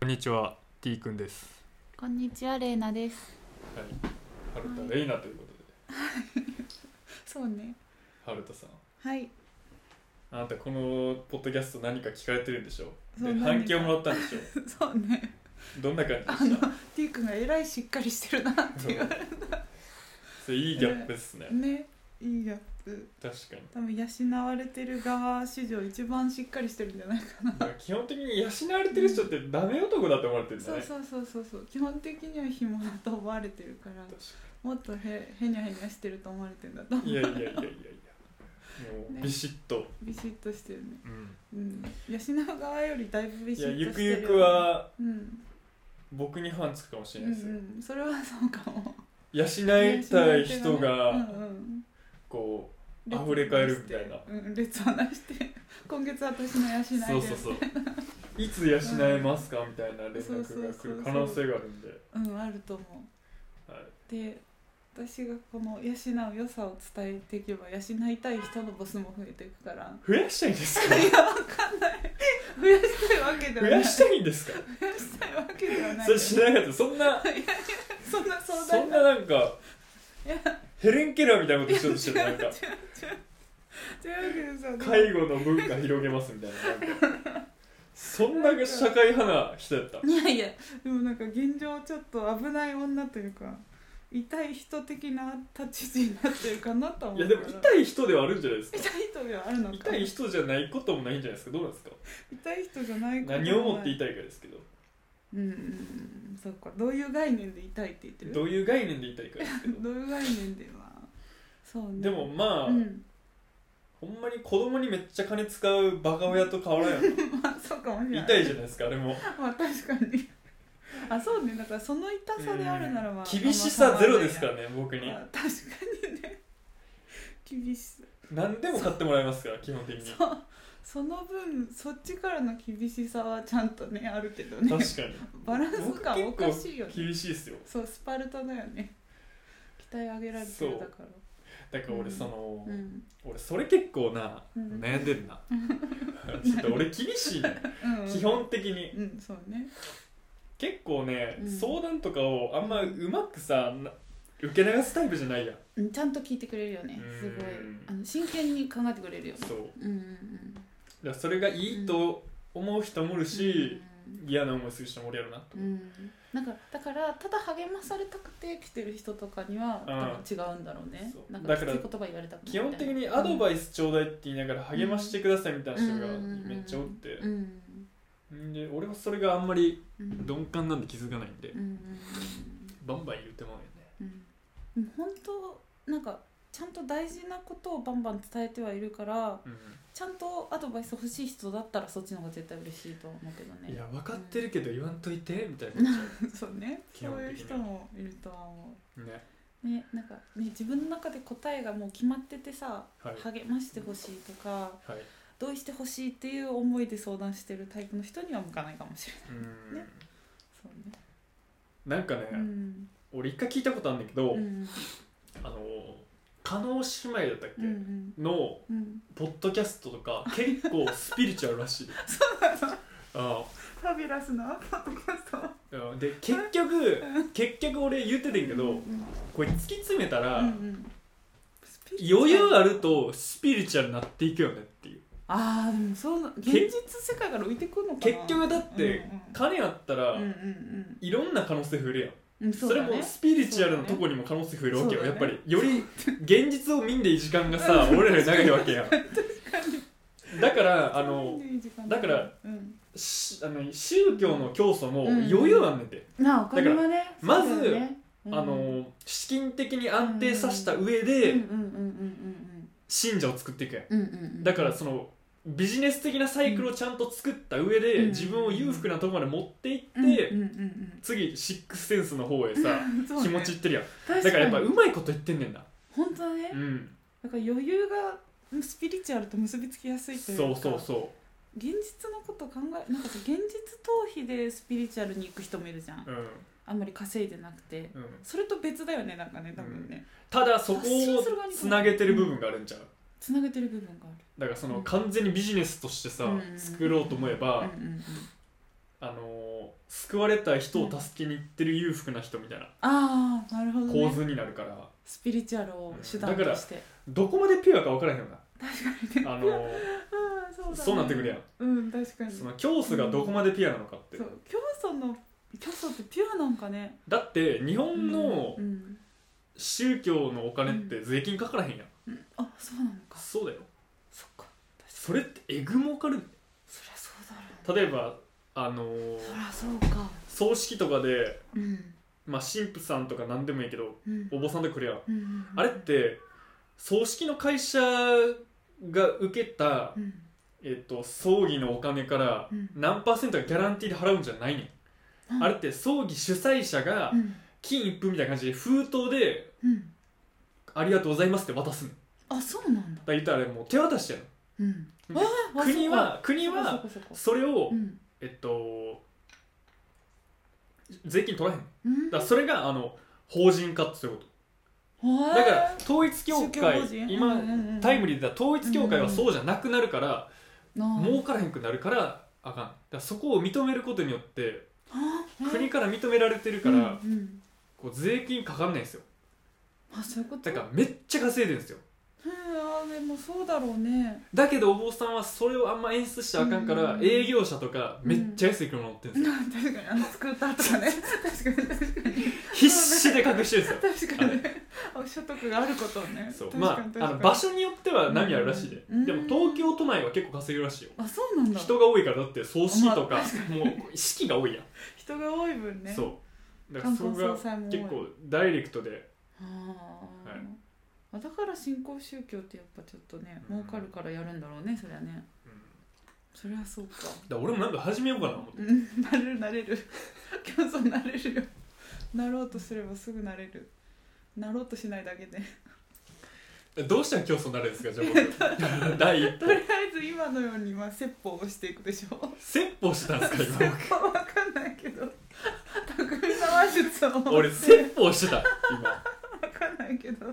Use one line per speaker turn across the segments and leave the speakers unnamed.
こんにちは、T 君です。
こんにちは、れいなです。
はい、春田レイナということで、
そうね。
春田さん。
はい。
あなたこのポッドキャスト何か聞かれてるんでしょ
そう
で
何か
反響もらったんでしょ
そうね。
どんな感じでした
T 君がえらいしっかりしてるなって言われ
それいいギャップですね
る。ね。いいやつ。
確かに
多分養われてる側史上一番しっかりしてるんじゃないかな。
だから基本的に養われてる人ってダメ男だと思われてるんだ
そう
ね
そうそうそうそう。基本的には紐だと思われてるから、もっとへへにゃへにゃしてると思われてんだと思。
確かにいうやいやいやいやいやもう、
ね
ビシッと、
ビシッとしてるね。
うん、
うん。養う側よりだいぶビ
い
シッ
や
としてるよね。
ゆくゆくは
うん。
僕にファンつくかもし
う
れ
ん
ないですよ、
うん。それはそうかも。
養いたい人
う
が
んうん。
こう溢れ返るみたいな
うん、列をなして 今月私の養いで
そうそうそういつ養えますかみたいな連絡が来る可能性があるんで、
うんあると思
はい、
うで私がこの養う良さを伝えていけば養いたい人のボスも増えていく から
増やしたいんです か
いやわかんない増やしたいわけで
増
はない
やしたいん ですか
増やしたいわけではない
それしなかったそんな
そんな壮
そ
大
ん
な
ななんか
いや
ヘレン・ケラーみたいなことしようとしてるなんか
というわけですよね
介護の文化広げますみたいななんかそんな社会派な人 やった
いやいやでもなんか現状ちょっと危ない女というか痛い人的な立ち位置になってるかなと思う
い
い
やでも痛い人ではあるんじゃないですか
痛い人ではあるのか
痛い人じゃないこともないんじゃないですかどうなんですか
痛い人じゃないこともない
何をもって痛いかですけど
うんうんうんそうかどういう概念で痛いって言ってる
どういう概念で痛いかですけど
どういう概念でまあそうね
でもまあ、
うん、
ほんまに子供にめっちゃ金使うバカ親と変わらんよな
まあそうかもしれない
痛いじゃないですかあれも
まあ確かにあそうねだからその痛さであるならまあ
うん厳しさゼロですかららね僕に
まあ、確かにね厳しさ
何でも買ってもらえますから基本的に確
そうその分そっちからの厳しさはちゃんとねあるけどね
か
バランス感お
僕結構
かしいよね
に厳しいですよ
そうスパルタだよね鍛え上げられて
そう
るだから
だから俺その、
うん
俺それ結構な
うん
悩んでる なちょっと俺厳しいね
うん
基本的に
うんそうね
結構ね、
うん
相談とかをあんまうまくさな受け流すタイプじゃないやん
うんちゃんと聞いてくれるよねすごい
うん
あの真剣に考えてくれるよね
そう
うんうんうん
だからそれがいいと思う人もいるし、嫌な思いする人もおるやろなと
う
思
んう
うん
なんかだからただ励まされたくて来てる人とかには多分違うんだろうね
そう
なん
だ
か
か
き
ら
つい言葉言われたくない
基本的にアド
イ
バイスちょうだいって言いながら励ましてくださいみたいな人が
うん
めっちゃおって、
うん
んで俺はそれがあんまり
うん
鈍感なんで気づかないんで、
うんうんうん
バンバン言ってまうよね
うんうん本当なんかちゃんと大事なことをバンバン伝えてはいるから
う
ちゃんとアドバイス欲しい人だったらそっちの方が絶対嬉しいとは思うけど
ん、い
ね
や分かってるけど言わんといてみたいになっちゃ
そうね
基
そ
本
ういう
的に
人もいるとは思
うね
うねなんかね自分の中で答えがもう決まっててさ、
はい
励ましてほしいとか
はい
どうしてほしいっていう思いで相談してるタイプの人には向かないかもしれない
うん、
ねそうね
なんかね、
うん
俺一回聞いたことあるんだけど、
うん
あの加納姉妹だったっけ、
うん
の
うんうん
ポッドキャストとか結構スピリチュアルら しいそうなのああ
ファビュラスなポッドキャスト
うんで結局結局俺言っててんけ
う
ど
んうん
これ突き詰めたら、
うんうんスピリチュア
余
ル
裕あるとスピリチュアルになっていくよねっていう
ああでもそうな現実世界から浮いてくるのかな
結局だって金あったら、
うんうんうん
いろんな可能性増えるやん
うんうん
そ,、
うだ
れ
ね
もスピリチュアルのとこにも可能性増えるわけよ、
そう
やっ
だ
ぱ
ね
りより現実を見んでいい時間がさ俺らに長いわけやんだからあのだから、
うん、
しあの宗教の教祖も
うん
余裕あんねんて、
なあお金はね
だから
そうだよねうん
あの資金的に安定させた上で、
うんうん
信者を作っていくやん
うんうんうんうんうんうん
だからそのビジネス的なサイクルをちゃんと作った上で、
うん
自分を裕福なところまで持っていって、
うんうんうん
次シックスセンスの方へさ
うんそうね
気持ちいってるやん
確
だからやっぱ
に
うまいこと言ってんねんな
本当だね
うん
だから余裕がスピリチュアルと結びつきやすいというか
そうそうそ
現実のこと考えなんかさ現実逃避でスピリチュアルに行く人もいるじゃん
う、うん
あんまり稼いでなくて
うん、
それと別だよねなんかね多分ね
ただそこ
発信
を
する側に
つなげてる部分があるんちゃう
つなげてる部分がある
だからそうの
ん
完全にビジネスとしてさ
うん
作ろうと思えば
うんうんうん
あのー救われた人を助けに行ってる裕福な人みたいな
ああなるほど、ね、
構図になるから、
スピリチュアルを手段として
どこまでピュアか分からへんよな
確かにね
あの
あ あそうだ、ね、
そうなってくるやん
うん確かに
そ
そ
の教祖がどこまでピュアなのかって、
う教祖の教祖ってピュアなんかね
だって日本の
うんうん
宗教のお金って税金かからへんやん、
うんあそうなのか
そうだよ
そっか
それってえぐ儲かる
そりゃそうだろ
例えばあのー
うそりゃそうか
葬式とかで
うん
まあ神父さんとか何でもいいけど
うん
お坊さんとか来るやん
うんうん
あれって葬式の会社が受けた、
うん
えっと葬儀のお金から
うん
何パーセントがギャランティーで払うんじゃないねんあれ
れ
って葬儀主催者が
うん
金一封みたいな感じで封筒で
うん
「ありがとうございます」って渡すのだか
あそうなんだ
ら言ったらあれもう手渡しやん
うん
うん
わあ
国は国
そっか
は
そっかそっかそっか
それを、
うん
えっと税金取らへんだか
うん
らそれがあの法人化ってそういうこと
だ
だから統一教会今、タイム
リ
リーで言ったら統一教会はそうじゃなくなるから、
ーも
儲からへんくなるからあかんだからそこを認めることによって
だ
国から認められてるから、
うんうん
こう税金かかんないんですよ
あそういうこと
だからめっちゃ稼いでるんですよ
うんあーでもそうだろうね
だけどお坊さんはそれをあんま演出しちゃあかんから、
うん
営業者とかめっちゃ安い車乗ってるんですよ、
確かにあのスクーターとかね確かに確かに
必死で隠してるんですよ
確かにねあ所得があることをね
そう
確かに
ま
確
ああ
かに
の場所によっては波あるらしいで、
うん
でも東京都内は結構稼げるらしいよ
あそうなんだ人
人が多いからだって葬式とか,、
まあ
もう式が多いやん、
が多い分ね
そうだから
冠
そこが
婚葬祭も多い
結構ダイレクトで
あー
はい
あだから信仰宗教ってやっぱちょっとね
うん
儲かるからやるんだろうねそりゃね
うん
そりゃそうか
だから俺もなんか始めようかな思って
うんなれるなれる 競争なれるよなろうとすればすぐなれるなろうとしないだけで
えどうしたら競争になるんですかじゃあ 僕第一
と
歩
りあえず今のようにまあ説法をしていくでしょ
説法したんですか
説法わかんないけど匠の話術を
今俺
わ
説法してた今
かんないけど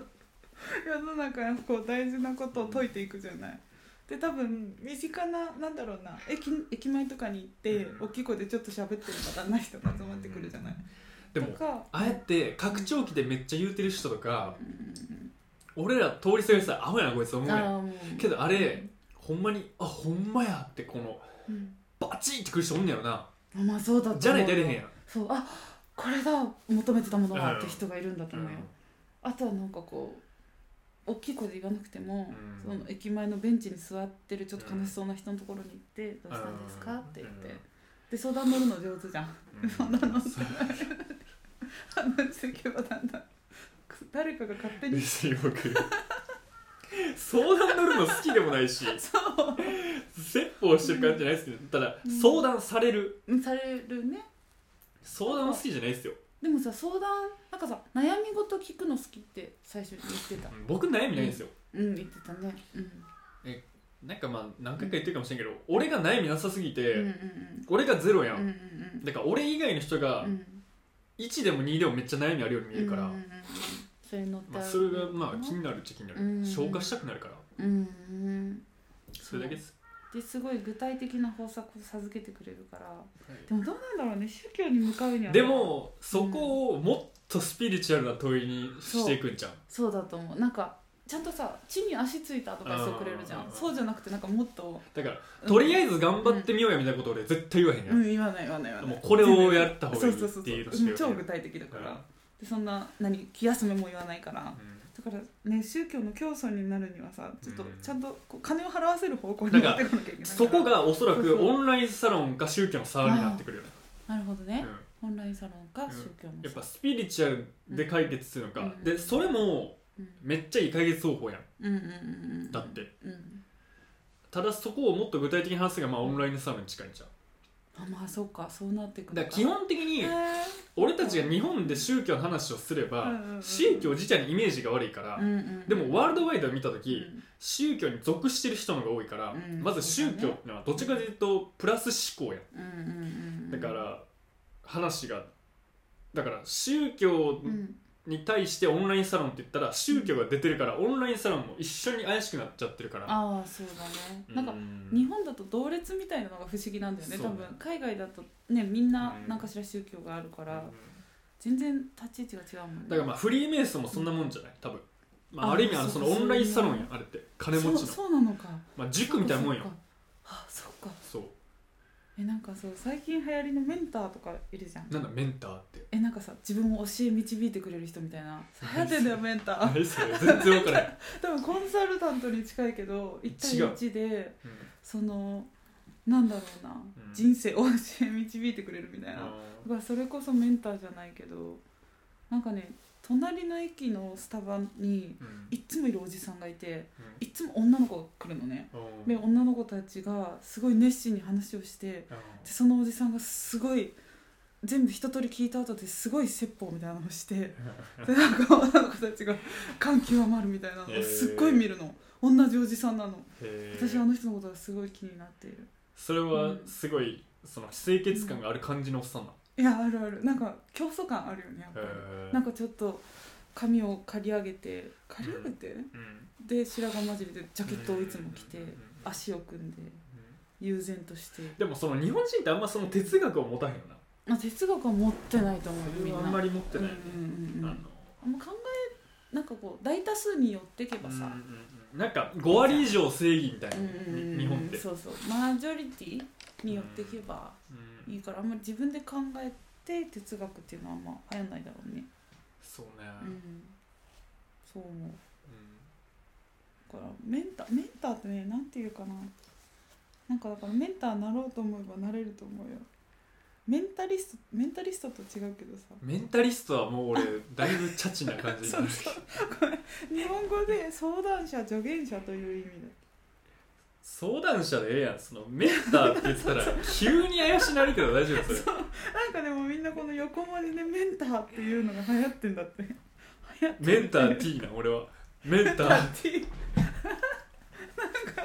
世の中のこう大事なことを解いていくじゃないで多分身近ななんだろうな駅駅前とかに行って大きい声でちょっと喋ってるパターンな人が集まってくるじゃない
で
と
も
か
ああやって拡張器でめっちゃ言うてる人とか
うんうん
俺ら通り過ぎたらアホやなこいつと
う
思
ん
うねん
あーもう
けどあれほんまにあほんまやってこの
うん
バチってくる人おんねやろな
あまあそうだと思う
じゃないとやれへんやん
そうあこれだ求めてたものはって人がいるんだと思うよ、あとはなんかこう大きい声で言わなくても、
うん
その駅前のベンチに座ってるちょっと悲しそうな人のところに行って「どうしたんですか?」って言って、で相談乗るの上手じゃん
うん
そんなの話していけばだんだん誰かが勝手に
別に僕相談乗るの好きでもないし
そう
説法してる感じじゃないですけどただ
うん
相談される
うんされるね
相談は好きじゃないですよ
でもさ相談なんかさ悩み事聞くの好きって最初に言ってた
うん僕悩みないんですよ、
うん言ってたねうん
なんかまあ何回か言ってるかもしれんけど、俺が悩みなさすぎて、
うんうんうん
俺がゼロや、
うんんうんうん
だから俺以外の人が
うん
1でも2でもめっちゃ悩みあるように見えるから、
うんうんうんうんそれに乗って
まあ、それがまあ気になるっちゃ気になる、
うん
消化したくなるから
うんうん
それだけです、
ですごい具体的な方策を授けてくれるから
はい
でもどうなんだろうね宗教に向かうには
でもそこをもっとスピリチュアルな問いにしていくんじゃん
そうだと思うなんかちゃんとさ地に足ついたアドバイスをくれるじゃ
うんん
そうじゃなくてなんかもっと、
だから、とりあ
え
えず頑張ってみようやみたいなこと俺絶対言わへんや、
うんん言わない言わない言わない
もうこれをやった方がいい
そうそうそう
っていうの
そう
し
う
か
ん
言
超
わへ
具
ん
体的だから、
うん
でそんな何気休めも言わないから、だからね宗教の教祖になるにはさちょっと
うん
ちゃんとこう金を払わせる方向に
なん
持
か
ってこなきゃいけないから
そこがおそら
そう
く
そう
オンラインサロンか宗教の差になってくるよね、
なるほどね
う、ん
オンラインサロンか宗教の
やっぱスピリチュアルで解決するのか、
うん
でそれも
うん
めっちゃいい解決方法やん
うんうんうんうん
だって
うん
ただそこをもっと具体的に話すがまあオンラインサロンに近いんちゃう
あまあそうかそうなってくる
だから基本的に俺たちが日本で宗教の話をすれば宗教自体にイメージが悪いから、でもワールドワイドを見た時、宗教に属してる人の方が多いから、
うん
まず宗教ってのはどっちかというとプラス思考やんだ
だ
から話がだから宗教
うん
に対してオンラインサロンって言ったら宗教が出てるからオンラインサロンも一緒に怪しくなっちゃってるから
ああそうだねなんか
うん
日本だと同列みたいなのが不思議なんだよね
そう
多分海外だとねみんな
うん
何かしら宗教があるから、
うん
全然立ち位置が違うもんね
だからまあフリーメイソンもそんなもんじゃない多分まあ、
あ
ある意味あのそ
そ
うの
そう
オンラインサロンやあれって金持ちの
そうそうなのか
まあ、塾みたいなもんよ
そっかそっかあそっか
そう
えなんかそう最近流行りのメンターとかいるじゃん
なんだメンターって
えなんかさ自分を教え導いてくれる人みたい な流行ってんだよメンター
何それ全然分からない、
多分コンサルタントに近いけど1対1で
うん
そのなんだろうな、
ん
人生を教 え導いてくれるみたいな、
あ
だからそれこそメンターじゃないけどなんかね隣の駅のスタバに
ーうん
いっつもいるおじさんがいて
うん
いっつも女の子が来るのね
うん
で女の子たちがすごい熱心に話をしてで
あ
そのおじさんがすごい全部一通り聞いた後ですごい説法みたいなの をしてでなんか女の子たちが感極まるみたいなのをすっごい見るの同じおじさんなの
ーへー
私はあの人のことがすごい気になっている
それはすごいその清潔感がある感じのおっさんなの、
いやあるあるなんか競争感あるよねやっぱり。
へー
なんかちょっと髪を刈り上げて刈り上げて、
うん
で白髪混じりでジャケットをいつも着て、
うんうんうん
足を組んで
うん
悠然として、
でもその日本人ってあんまその哲学を持たへんよな
まあ、哲学は持ってないと思うよ
そ
み
れ
ん
は
な
あんまり持って
うん
ない、
うんうんうん
あの
あんま考えなんかこう大多数によってけばさ、
うんうんうんなんか5割以上正義みたいな、
うんうんうん
に日本って、
そうそうマジョリティによってけば
うん
いいからあんまり自分で考えて哲学っていうのはあんま流行んないだろうね、
そうね、
うんそう思う
うん
だからメンターメンターってねなんていうかななんかだからメンターになろうと思えばなれると思うよメンタリストメンタリストと違うけどさ
メンタリストはもう俺だいぶチャチな感じになる
そう日本語で相談者助言者という意味
相談者でええやんそのメンターって言ってたら急に怪しなるけど大丈夫それ
だなんかでもみんなこの横文字でメンターっていうのが流行ってんだって流行って
メンター T な俺はメンター
っていうなんか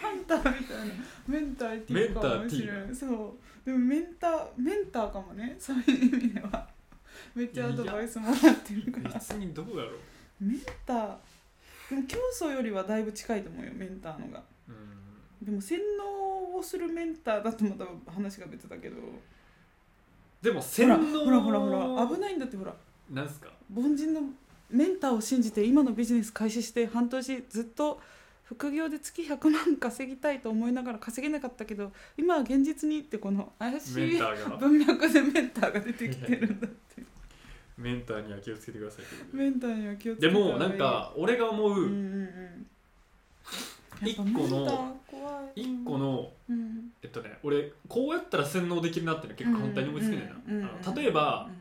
ハンターみたいなメンターっていうかもしれ
メンタ
ないそうでもメンターメンターかもねそういう意味ではめっちゃアドバイスもらってるから
別にどうやろう、
メンターでも競争よりはだいぶ近いと思うよメンターのが
うん、
でも洗脳をするメンターだとまた話が別だけど
でも洗脳
ほらほらほらほら危ないんだってほら
なんすか
凡人のメンターを信じて今のビジネス開始して半年ずっと副業で月100万稼ぎたいと思いながら稼げなかったけど今は現実にってこの怪
メ
し
ン
い
ターが
文脈でメンターが出てきてるんだって
メンターには気をつけてくださいということで
メンターには気をつけ
で
た方がいい
もなんか俺が思
うんう
うん
うんやっ
一
ぱ
個
メンター
の
怖い
一個の
うん
えっとね俺こうやったら洗脳できるなっていうの結構簡単に思いつくね
うんん
な
う
あ
んう
の
ん
例えば
うん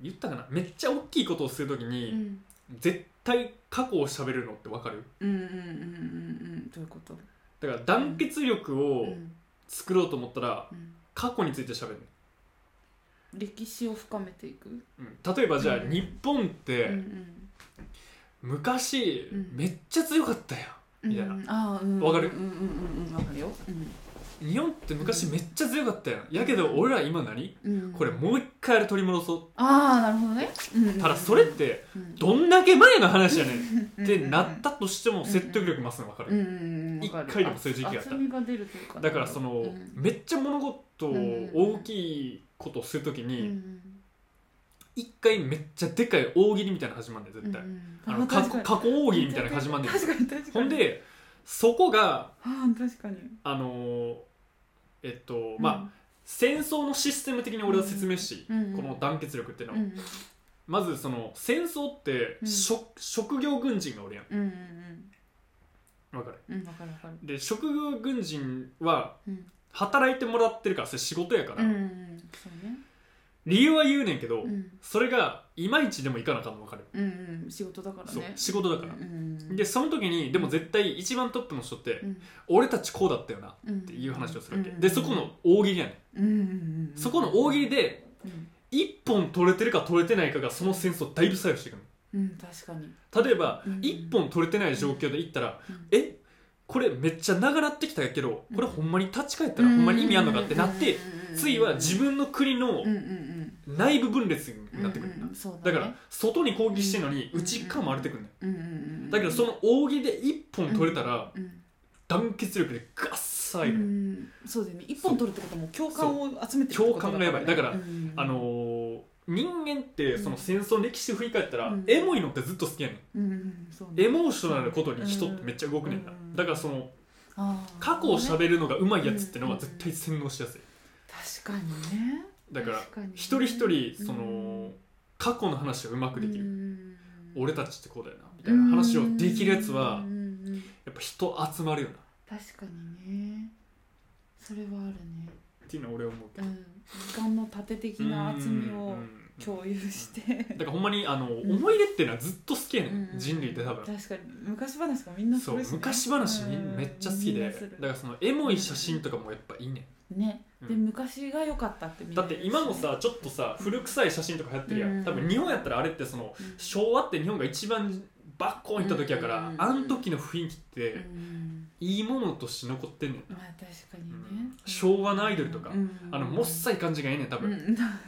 言ったかなめっちゃ大きいことをするとき
う
に
ん
絶対過去を喋るのってわかる
うんうんうんうんうんどういうこと
だから団結力
う
を
ん
作ろうと思ったら
うん
過去について喋るの
歴史を深めていく
うん例えばじゃあ
うん
日本っ
うんう
て
ん
昔
うん
めっちゃ強かったよみたいな
うん、ああ、うん、
わかる
うんうんうんうんわかるよ、う
日本って昔めっちゃ強かったよやけど俺ら今何
んうん、
これもう一回あれ取り戻そう
ああなるほどね、うんうん、
ただそれって
うん
どんだけ前の話やねん
うん
ってなったとしても説得力増すの分か
うん
る
うんうんわかる
一回でもそういう時期があった
厚みが出るというか
だからその
うん
めっちゃ物事を
うん
大きいことをするとき
うん
に一回めっちゃでかい大喜利みたいなの始まんねん絶対
うんうん
あの過去
確か
過去大喜
に
利みたいなの始まんねん
確かに確かに
ほんでそこが
ああ確かに
あのーえっとまあ戦争のシステム的に俺は説明し
うんうん
この団結力っていう
あ
の
う
は
ん
まずその戦争って
うん
職職業軍人がおるや
うんうん
んわかる
うんうんわかるわかる
で職業軍人は
うん
働いてもらってるからそれ仕事やから、
うんうんそうね
理由は言うねんけど、
うん
それがいまいちでもいかなあかんの分かる、
うんうん仕事だから
そう
ね
仕事だから
う、ん
でその時にでも絶対一番トップの人って、
うん
俺たちこうだったよなっ
うん
ていう話をするわけ、
うん
でそこの大喜利やね
うんうんう
ん
ん
そこの大喜利で
うん
一本取れてるか取れてないかがその戦争をだいぶ左右していく
うん確かに、
の例えば
うん
一本取れてない状況でいったら、
うん
えこれめっちゃ長なってきたけどこれほんまに立ち返ったらほんまに意味あんのかってなって、
うんうんうんうん
ついは自分の国の
うんうんうん
内部分裂になってくるんだ、
うんうんそう
だ
だね
から外に攻撃してんのに
うん
内側回れてくるんだよ、
うんうんうん
だけどその扇で一本取れたら
うん
団結力でガッサい、
う
のよ
んそうだよね一本取るってことはもう共感を集めてるってこと
そう共感がやばいだから
うん
あのー人間ってその戦争の歴史を振り返ったら、
うん
エモいのってずっと好きやねん
うんうんそうね
エモーショナルなことに人ってめっちゃ動くねんだ、
うん
だからその
あー
過去を
ね
喋るのがうまいやつってのは絶対洗脳しやすい
確かにね
だから
確にね
一人一人そうの
ん
過去の話をうまくでき
う
る
ん
俺たちってこうだよなみたいな話をできるやつは
うんうんうん
やっぱ人集まるよなっ
確かにねそれはあるね
ていうのは俺は思うけ
う
ど
ん時間の縦的な厚み
うんう
を
ん
共有して
だからほんまにあの
ん
思い出っていうのはずっと好きやね
うんうんん
人類って多分
確かに昔話がみんなす
そう
るしね
昔話に
うん
めっちゃ好き
みん
で
なする
だからそのエモい写真とかもやっぱいいね
ねで
うん
昔が良かったってみんな
だって今もさちょっとさ古臭い写真とか流行ってるや
うんん
多分日本やったらあれってその
うん
昭和って日本が一番バッコーンいった時やから、
うん
あの時の雰囲気っ
う
て
ん
いいものとして残ってんねん、
まあ確かにね
昭和のアイドルとか、
うん
あのもっさい感じがええねん多
う
分、うん
んな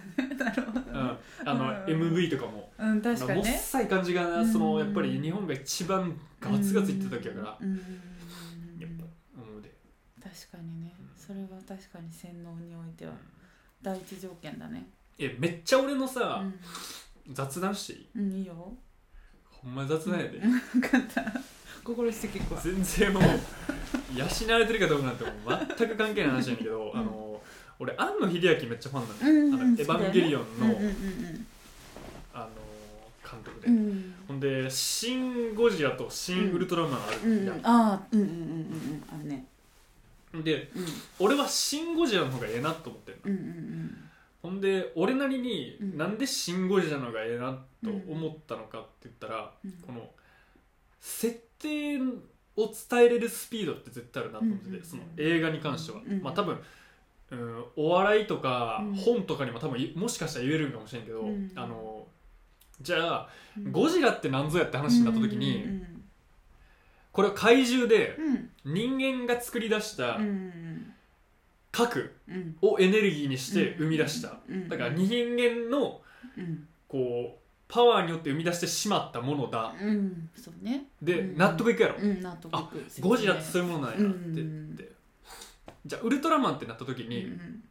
るほどね
あの
うん
MV とかも
うん確か
も
に
っ
ね
さい感じが
うん
そのやっぱり日本が一番ガツガツいった時やから、
うんうんうん
やっぱ思うで、
確かにね
うん
それは確かに洗脳において
うん
は第一条件だね
えめっちゃ俺のさ
う、ん
雑談していい
うんいいよ
ほんま雑談やで、
分かった心して結構
全然もう養われてるかどうかなんてもう全く関係ない話やねんけど、
うん
あの俺庵野秀明めっちゃファンなの、
うんうん
あのエヴァンゲリオンの、
うんうん
あの監督で、
うんうん
ほんで「シン・ゴジラ」と「シン・ウルトラマン」あ
うん
る
う
や
んうんああうんうんうんうんうんあるね
んで
うん
俺は「シン・ゴジラ」の方がええなと思ってんの
うんうん
ほんで俺なりに
うん
なんで「シン・ゴジラ」の方がええなと思ったのかって言ったら、
うん
この設定を伝えれるスピードって絶対あるなと思ってて、
うん
その映画に関しては、
うん
まあ多分うん、お笑いとか
うん
本とかにも多分いもしかしたら言えるんかもしれんけど、
うん
あのじゃあ
うん
ゴジラって何ぞやって話になった時に、
うん
これは怪獣で
うんうん
人間が作り出した
うんうん
核
うん
をエネルギーにして生み出した
うん
だから人間の
うん
こうパワーによって生み出してしまったものだ
うんそうね
で
うん
納得いくやろ
うん納得いく説明
ゴジラってそういうものなんやなって
うん
言ってじゃあウルトラマンってなった時
う
に
んうん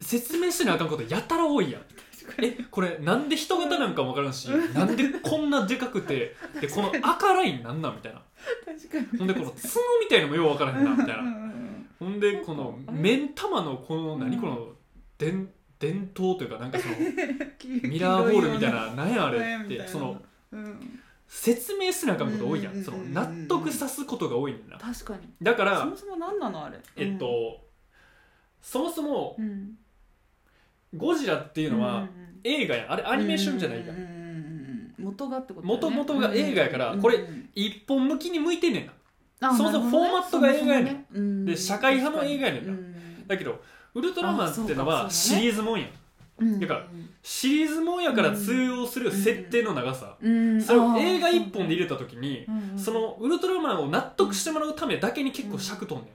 説明してなあかんことやたら多いやん
確か
え
に
これなんで人型なんかも分からんしなんでこんなでかくてでこの赤ラインなんなんみたいな
確かに
ほんでこの角みたいのもよう分からへんなみたいな
うんうん
ほんでこの目ん玉のこの何
うん
この伝伝統というかなんか その
うん
ミラーボールみたいな何やあ
黄色いよう
れ
な
ってその、
うん、
説明すなあかんこと多いや
うんん
その
うん
納得さすことが多いねんな
確かに
だか
そ
ら
もそも何なのあれ
えっ、とそもそも
うんうん、
ゴジラっていうのは
ん
映画やんあれアニメーションじゃないか
うんうんうんうん元がってこと
元々が映画やからこれ一本向きに向いてんねんなそもそもフォーマットが映画やねん
ん
で社会派の映画やねんな
な
だけどウルトラマンってのは
あそ
シ
うかそうだね
リーズもんやんだからシリーズもんやから通用する設定の長さ
うん
それを映画一本で入
れ
れた時に
うん
そのウルトラマンを納得してもらうためだけに結構尺とんね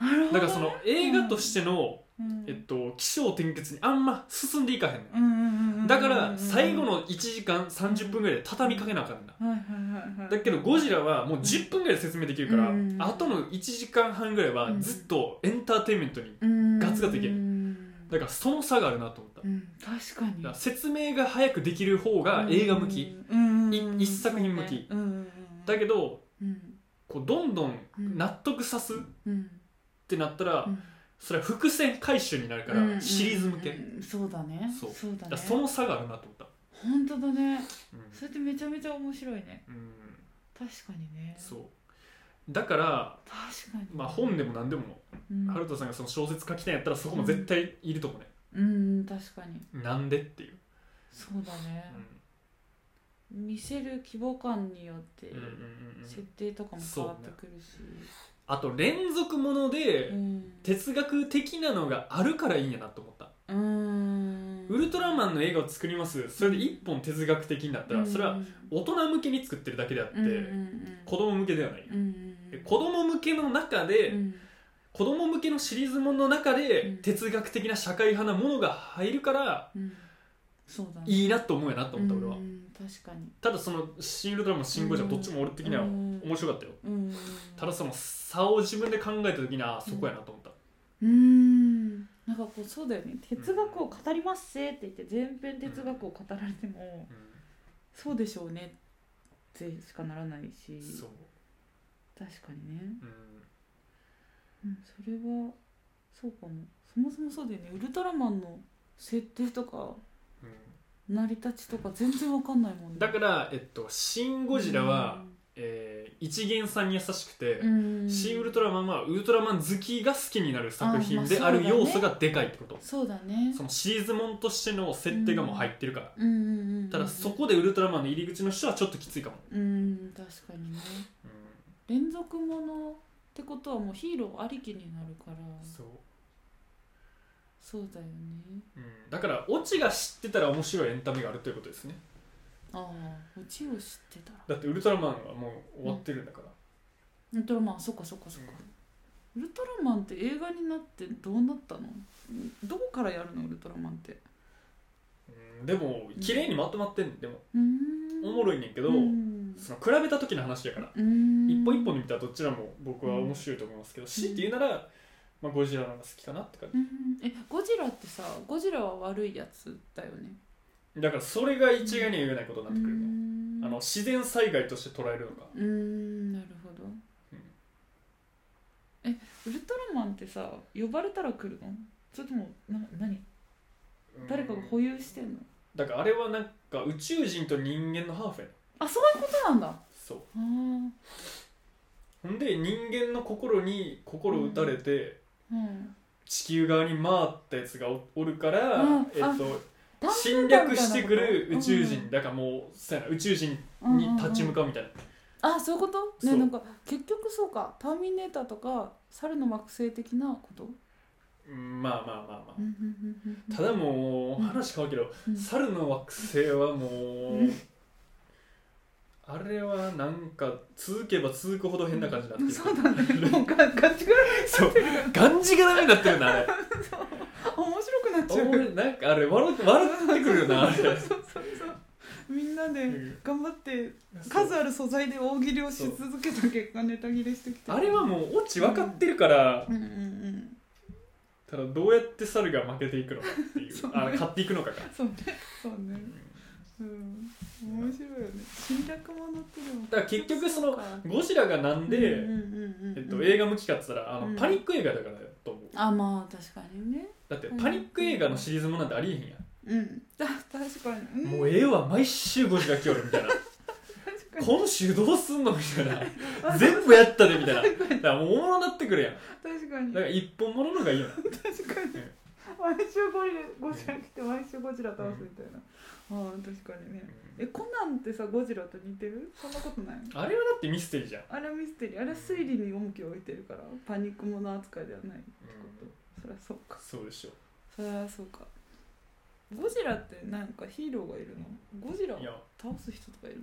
なる
ん
ほ
だか
ど
らその映画としての
うん
えっと起承転結にあんま進んでいかへんね
うんうんうんうん
んだから最後の1時間30分ぐらいで畳みかけなあかんな
はいはいはいはい
だけどゴジラはもう10分ぐらいで説明できるから、
うん
後の1時間半ぐらいはずっとエンターテインメントに
うん
ガツガツいける
うん
だからその差があるなと思った、
うん確かに
だから説明が早くできる方が映画向き、
うん
い一作品向き
うんうんうん
だけど
うん
こうどんどん
うん
納得さすっ
うん
てなったら、
うん
それは伏線回収になるから
うんうん
シリーズ向け、
うんそうだね
そう
そうだ
だから
ね
その差があるなと思った、
本当だね
う
それってめちゃめちゃ面白いね
んうん、
確かにね
そうだから
確かに
まあ本でも何でも
うん
春田さんがその小説書きたいんやったらそこも絶対いると思うね、
うん確かに
なんでっていう、
そうだね
うん
見せる規模感によって
うんうんうんう
設
ん
定とかも変わってくるし
あと連続もので
うん
哲学的なのがあるからいいんやなと思った、
うん
ウルトラマンの映画を作りますそれで一本哲学的になったら、それは大人向けに作ってるだけであって、
うんうんうん
子供向けではない、
うんうん
で子供向けの中で、
うん
子供向けのシリーズものの中で、
うん
哲学的な社会派なものが入るから
うんそうだね
いいなと思うやなと思った俺は、
うん確かに
ただそのシールドラマシン・ゴジラ
うん
どっちも俺的には
うん
面白かったよ
うん
ただその差を自分で考えた時にああそこやなと思った、
うんなんかこうそうだよね哲学を語りますせって言って全編哲学を語られても
う
そうでしょうねってしかならないし
んそう、
確かにね
うん、
うんそれはそうかもそもそもそうだよねウルトラマンの設定とか
う
成り立ちとか全然わかんないもん
ん
ね
だから、えっと、シン・ゴジラは、えー一元さんに優しくて、
うん
シン・ウルトラマンはウルトラマン好きが好きになる作品で
あー
あ
まあそうだね
る要素がでかいってこと、
そうだね
そのシーズモンとしての設定がもう入ってるから、
うんうんうんうん
ただそこでウルトラマンの入り口の人はちょっときついかも、
うん確かにね
うん
連続ものってことはもうヒーローありきになるから
そう
そうだよね
うん、だからオチが知ってたら面白いエンタメがあるということですね
ああうちを知ってたら
だってウルトラマンはもう終わってるんだから、
ウルトラマンそっかそっかそっか、ウルトラマンって映画になってどうなったのどこからやるのウルトラマンって
うんでも綺麗にまとまってんねんでも
うーん
おもろいねんけど、
うん
その比べた時の話やから、
うーん
一本一本で見たらどちらも僕は面白いと思いますけど、強いて言うなら、まあ、ゴジラの方が好きかなって感
うんえゴジラってさゴジラは悪いやつだよね
じだからそれが一概には言えないことになってくる
うー
の,、
ん
あの自然災害として捉えるのか
うーんなるほど、えウルトラマンってさ呼ばれたら来るのそれともな何
うん
誰かが保有してんの
だからあれはなんか宇宙人と人間のハーフやねん
あそういうことなんだあ
そうほ
ー
んで人間の心に心打たれて、
うん
地球側に回ったやつがおおるから、
うん
えっ
あ
と、
だんだん
侵略してくる宇
だんだん
宙人、だからもうそうやな宇宙人
うん
に立ち向かうみたいな、
あそういうこと
そ
ね
う
なんか結局そうかターミネーターとか猿の惑星的なこと
うんまあまあまあま
う
あ、
んうんうんうん
ただもう話変わるけど、
うん
猿の惑星はもう、
うん
あれはなんか続けば続くほど変な感じになってる、
そうだねもうガガチガラ
そうがんじがらめになってるなあれ
面白くなっちゃう
お前なんかあれ笑って笑ってくるよなあれ
そうそうそうみんなで
うん
頑張って数ある素材で大喜利をし続けた結果ネタ切れしてきた
あれはもうオチ分かってるから、
うんうんうん
ただどうやって猿が負けていくのかって いう
そうね
あ買っていくのかか、
そうねそうね
うん
うん面白いよね侵略者ってでも
だから結局その
っか
ゴジラがなんで、
うんうんうんうん
えっと、映画向きかっつったらあの、
うん
パニック映画だからだと思う
あまあ確かにね
だってパニック映画のシリーズもなんてありえへんやん、
うんだ確かにん
もうええわ毎週ゴジラ来よるみたいな
確かに
今週どうすんのみたいな 全部やったでみたいなだからもうおもろになってくるやん
確かに
だから一本もののがいいよな
確かに
うん
毎週ゴリラゴジラ来て毎週ゴジラ倒すみたいなあー確かにねえコナンってさゴジラと似てるそんなことない
あれはだってミステリーじゃん、
あれはミステリーあれは推理に重きを置いてるからパニックもの扱いではないってことそりゃそうか
そうでしょ
そりゃそうかゴジラってなんかヒーローがいるのゴジラを
いや
倒す人とかいる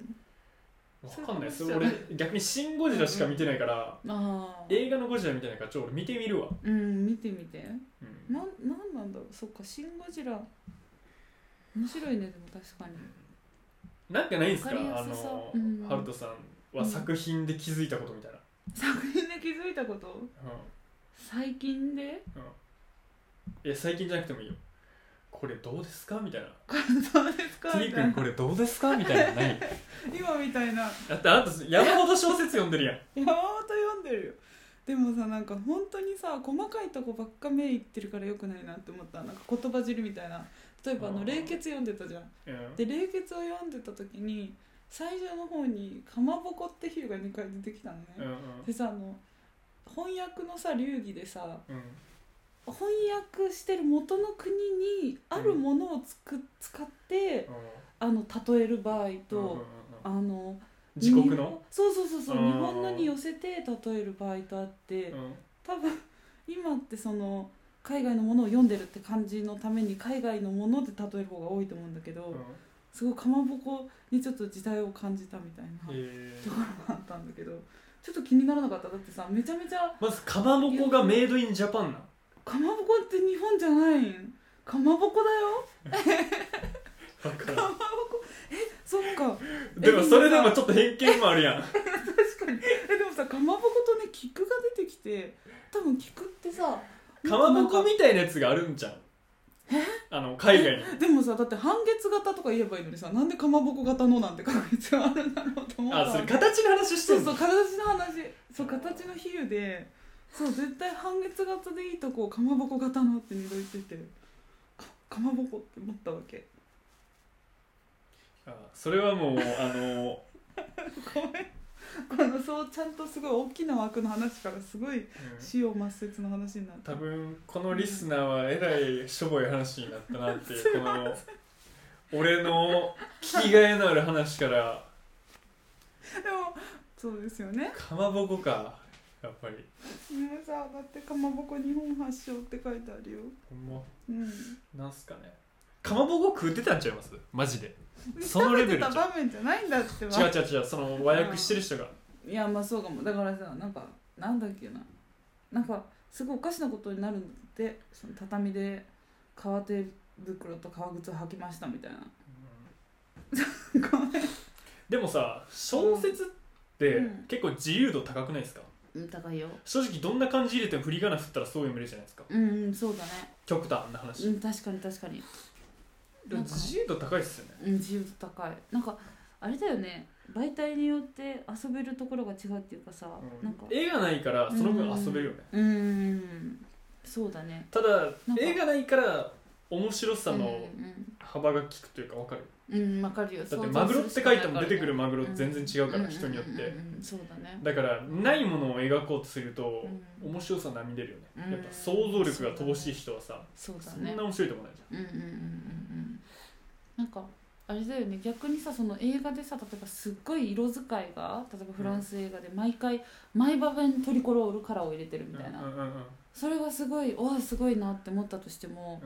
分かんないそ
そうい
れ
うことじゃな
俺
い
逆に「シン・ゴジラ」しか見てないから、
のああ
映画のゴジラみたいなからちょっと俺見てみるわ、
うん見てみて
うん
なんなんなんだろうそっかシン・ゴジラ面白いねでも確かに
なんかないんすか
わかり
あ
やすそう
の、
うん
ハルトさんは作品で気づいたことみたいな、
作品で気づいたこと
う
最 近で
んうんいや最近じゃなくてもいいよこれどうですかみたいな
そうですか
「テ
み
ィ
た
君
いな
これどうですか?」みたいなの ないだ
今みたいな
ってあなた山ほど小説読んでるやん
山本読んでるよでもさなんか本当にさ細かいとこばっか目いってるからよくないなって思ったなんか言葉尻みたいな例えばあ
あ
の
ー
「冷血」読んでたじゃん
うん
で「冷血」を読んでた時に最初の方に「かまぼこ」って比喩が2回出てきたのね、
うんうん
でさあの翻訳のさ流儀でさ
うん
翻訳してる元の国にあるものをつく、使ってあの例える場合と、
うんうんうんうん
あの
自国
日
の
本そうそうそうそう
あー
日本のに寄せて例える場合とあって
うん
多分今ってその海外のものを読んでるって感じのために海外のもので例える方が多いと思うんだけど、
うん
すごいかまぼこにちょっと時代を感じたみたいな
え
と
ー
ころがあったんだけどちょっと気にならなかっただってさめちゃめちゃ
まずかまぼこがメイドインジャパンなん
かまぼこって日本じゃないんかまぼこだよさ
でもそれでもちょっと偏見もあるやん
確かにえでもさかまぼことね菊が出てきて多分菊ってさ
かまぼこみたいなやつがあるんじゃんあの海外に
でもさだって半月型とか言えばいいのにさなんでかまぼこ型のなんて書く必要あるんだろうと思った
あそれ形の話して
そうんそ
の
う形の話そう形の比喩でそう絶対半月型でいいとこをかまぼこ型のって二度言っててかかまぼこって思ったわけ
あそれはもうあの
ごめんこのそうちゃんとすごい大きな枠の話からすごい死を抹殺の話になった
多分このリスナーはえらいしょぼい話になったな っていうこの俺の聞きがえのある話から
でもそうですよね
かまぼこかやっぱり
皆さんだってかまぼこ日本発祥って書いてあるよ
ほんま
うん
なんすかねかまぼこ食ってたんちゃいますマジでそのレベルじゃん
食べてた場面じゃないんだってば
違う違う違うその和訳してる人が
いやまあそうかもだからさなんかなんだっけななんかすごいおかしなことになるんだってその畳で革手袋と革靴を履きましたみたいな ごめん
でもさ小説って
うん
結構自由度高くないですか
うん高いよ
正直どんな漢字入れても振り仮名振ったらそう読めるじゃないですか
うんうんそうだね
極端な話
うん確かに確かに
でも
なんか
自由度高いっすよね
うん自由度高いなんかあれだよね媒体によって遊べるところが違うっていうかさ、
うん
なんか
絵がないからその分遊べるよね
うんうんそうだね
ただ
なんか
絵がないから面白さ
うん
の幅が利くというか分かる
うんうん、うん、わかるよ
だって
想像
マグロって書いても出てくる
すしかないからね
マグロ全然違うから
ん
人によっ
うんうん
て
うんうんそうだね
だからないものを描こうとすると
うん
面白さ並み出るよ
う
ね
ん
やっぱ想像力が乏しい人はさ
そうだ
そ
ね
んな面白いと思ないじ
うんうんうんうんうんなんかあれだよね逆にさその映画でさ例えばすっごい色使いが例えばフランス映画で毎回毎場面トリコロールカラーを入れてるみ
ゃん
たいな、
うんうんうんうん
それがすごいわあすごいなって思ったとしても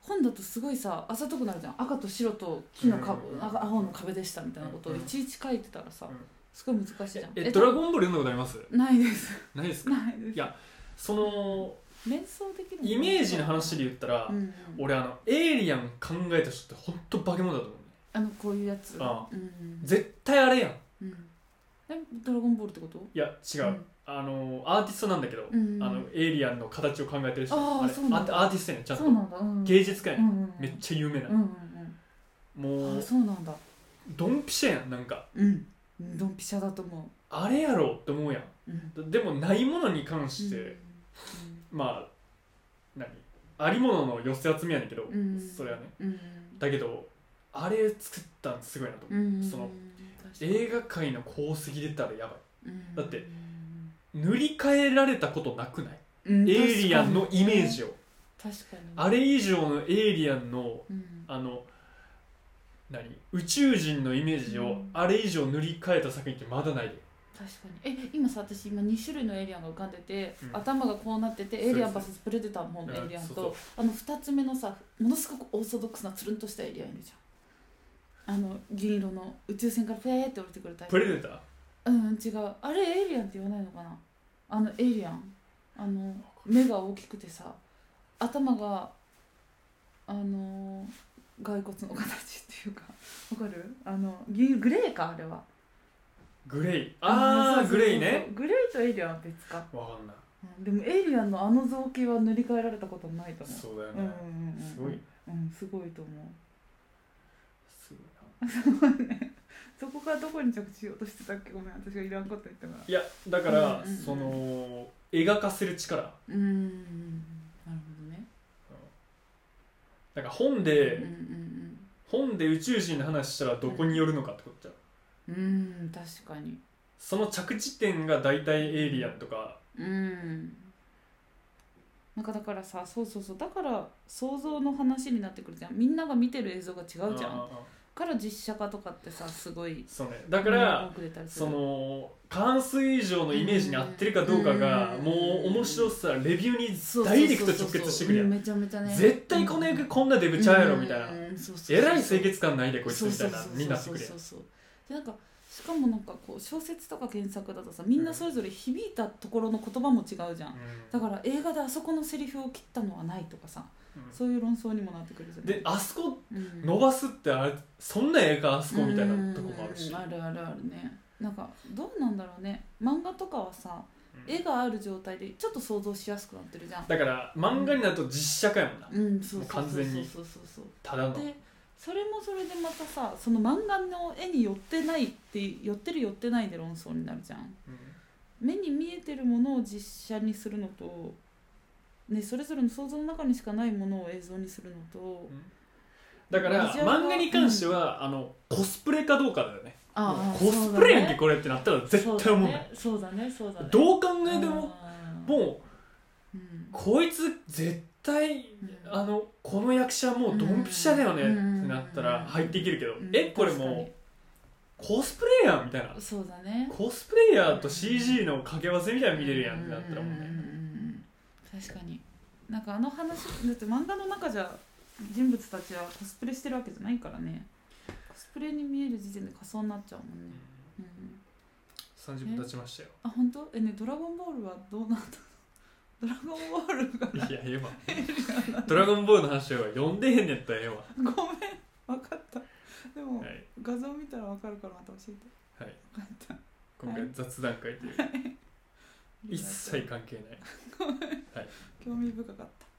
本だとすごいさあざとくなるじゃん赤と白と木のか、
うん
赤青の壁でしたみたいなことをいちいち書いてたらさ、
うん
すごい難しいじゃん
えドラゴンボール読んだことあります
な いです
ないですか
ないです
いやその
連想できる
イメージの話で言ったら
うんうん、
俺あのエイリアン考えた人って本当化け物だと思うね
あのこういうやつ
あ
うんうん
絶対あれやんい
うんえドラゴンボールってこと
や違う、
うん
あのアーティストなんだけど、
うん
あのエイリアンの形を考えてる人
あー
あれ
そうなんだ
あアーティストやねんちゃんと
そうなんだ、うん、
芸術家や
う
ねん、
んうん、
めっちゃ有名な、
うんうんうん、
も
あ
う
そうなんだ
ドンピシャやんなんか
うんドンピシャだと思
あれやろって思うやん
う、うん、
でもないものに関して、まあ何ありものの寄せ集めやねんけど、
うん、うん、
それはね
うん
だけどあれ作ったんすごいなと思う、
うん、
その
確かに
映画界の功績出たらやばい
うん
だって塗り替えられたことなくない
うん
エイリアンのイメージを、
確かにね、
あれ以上のエイリアンの
うん、
あの何宇宙人のイメージ
う
を
ん
あれ以上塗り替えた作品ってまだないで
確かにえ今さ私今2種類のエイリアンが浮かんでて、
うん
頭がこうなってて
そう
エイリアン
そう
VS プレデターの方のエイリアン
うんそう
とあの2つ目のさものすごくオーソドックスなつるんとしたエイリアンいるじゃんあの銀色の宇宙船からペーって降りてくるタイ
プ
プ
レデター
うん違うあれエイリアンって言わないのかなあのエイリアンあの目が大きくてさ頭があの骸骨の形っていうかわかるあの銀グレーかあれは
グレイああ
うんそ
グ
うそうそう
レイね
グレーとエイリアンは別か
わかんない
うんでもエイリアンのあの造形は塗り替えられたことないと思う。
そうだよ
うんう
ね
んうんうん、
すごい
うん、すごいと思う
すごいな
そこからどこに着地しようとしてたっけごめん私がいらんこと言ったから
いやだから
うんうんうん
その描かせる力
うーんなるほどね
なんか本
うん
で
うん
本で宇宙人の話したらどこによるのかってことじゃん
うんうーん確かに
その着地点が大体エイリアンとか
うーんなんかだからさそうそうそうだから想像の話になってくるじゃんみんなが見てる映像が違うじゃん
あー
から実写化とかってさすごい
そうねだから、
うん多く出たりす
そ
る
の関数以上のイメージに合ってるかどうかが
うん
もう面白さレビュー
そう
に
そうそうそう
ダイレクト直結してくるや
うんめちゃめちゃね
絶対この役こんなデブちゃうやろみたいなえらい清潔感ないでこいつみたいなになってくるやん
そうそうそうそうでなんかしかもなんかこう小説とか検索だとさみんなそれぞれ響いたところの言葉も違うじゃん、だから映画であそこのセリフを切ったのはないとかさ
うん
そういう論争にもなってくるじゃない
であそこ
うん
伸ばすってあれそんなええかあそこみたいなとこもある
う
し
んあるあるあるねなんかどうなんだろうね漫画とかはさ
うん
絵がある状態でちょっと想像しやすくなってるじゃん
だから漫画になると実写化やもんな
うんそうそう
完
そう
全
そう
に
そうそうそう
ただの
でそれもそれでまたさその漫画の絵に寄ってないって寄ってる寄ってないで論争になるじゃん目に見えてるものを実写にするのと、ね、それぞれの想像の中にしかないものを映像にするのと
だから
ビジュアルが
漫画に関しては、あのコスプレかどうかだよね
ああ
コスプレやんけ、
そう
これってなったら絶対思う
だ
もん
ねそうだねそうだねう
どう考えても
あー
も
うん
うこいつ絶対あのこの役者もうドンピシャだよね
うん
ってなったら入っていけるけど、
うん
えこれもうコスプレやんみたいな
確かにそうだね
コスプレイヤーと CG の掛け合わせみたいなの見れるやんってなったらもう
うんうんうん
ね
うん確かになんかあの話だって漫画の中じゃ人物たちはコスプレしてるわけじゃないからねコスプレに見える時点で仮想になっちゃうもんね、うんうん、
30分経ちましたよ
あ本当えねドラゴンボールはどうなんだ ろうドラゴンボールが
いやええわドラゴンボールの話は読んでへんねんったらええわは
ごめん分かったでも
い、
画像見たら分かるからまた教えて
はい、
分かった
今回雑談会という一切関係ない
興味深かった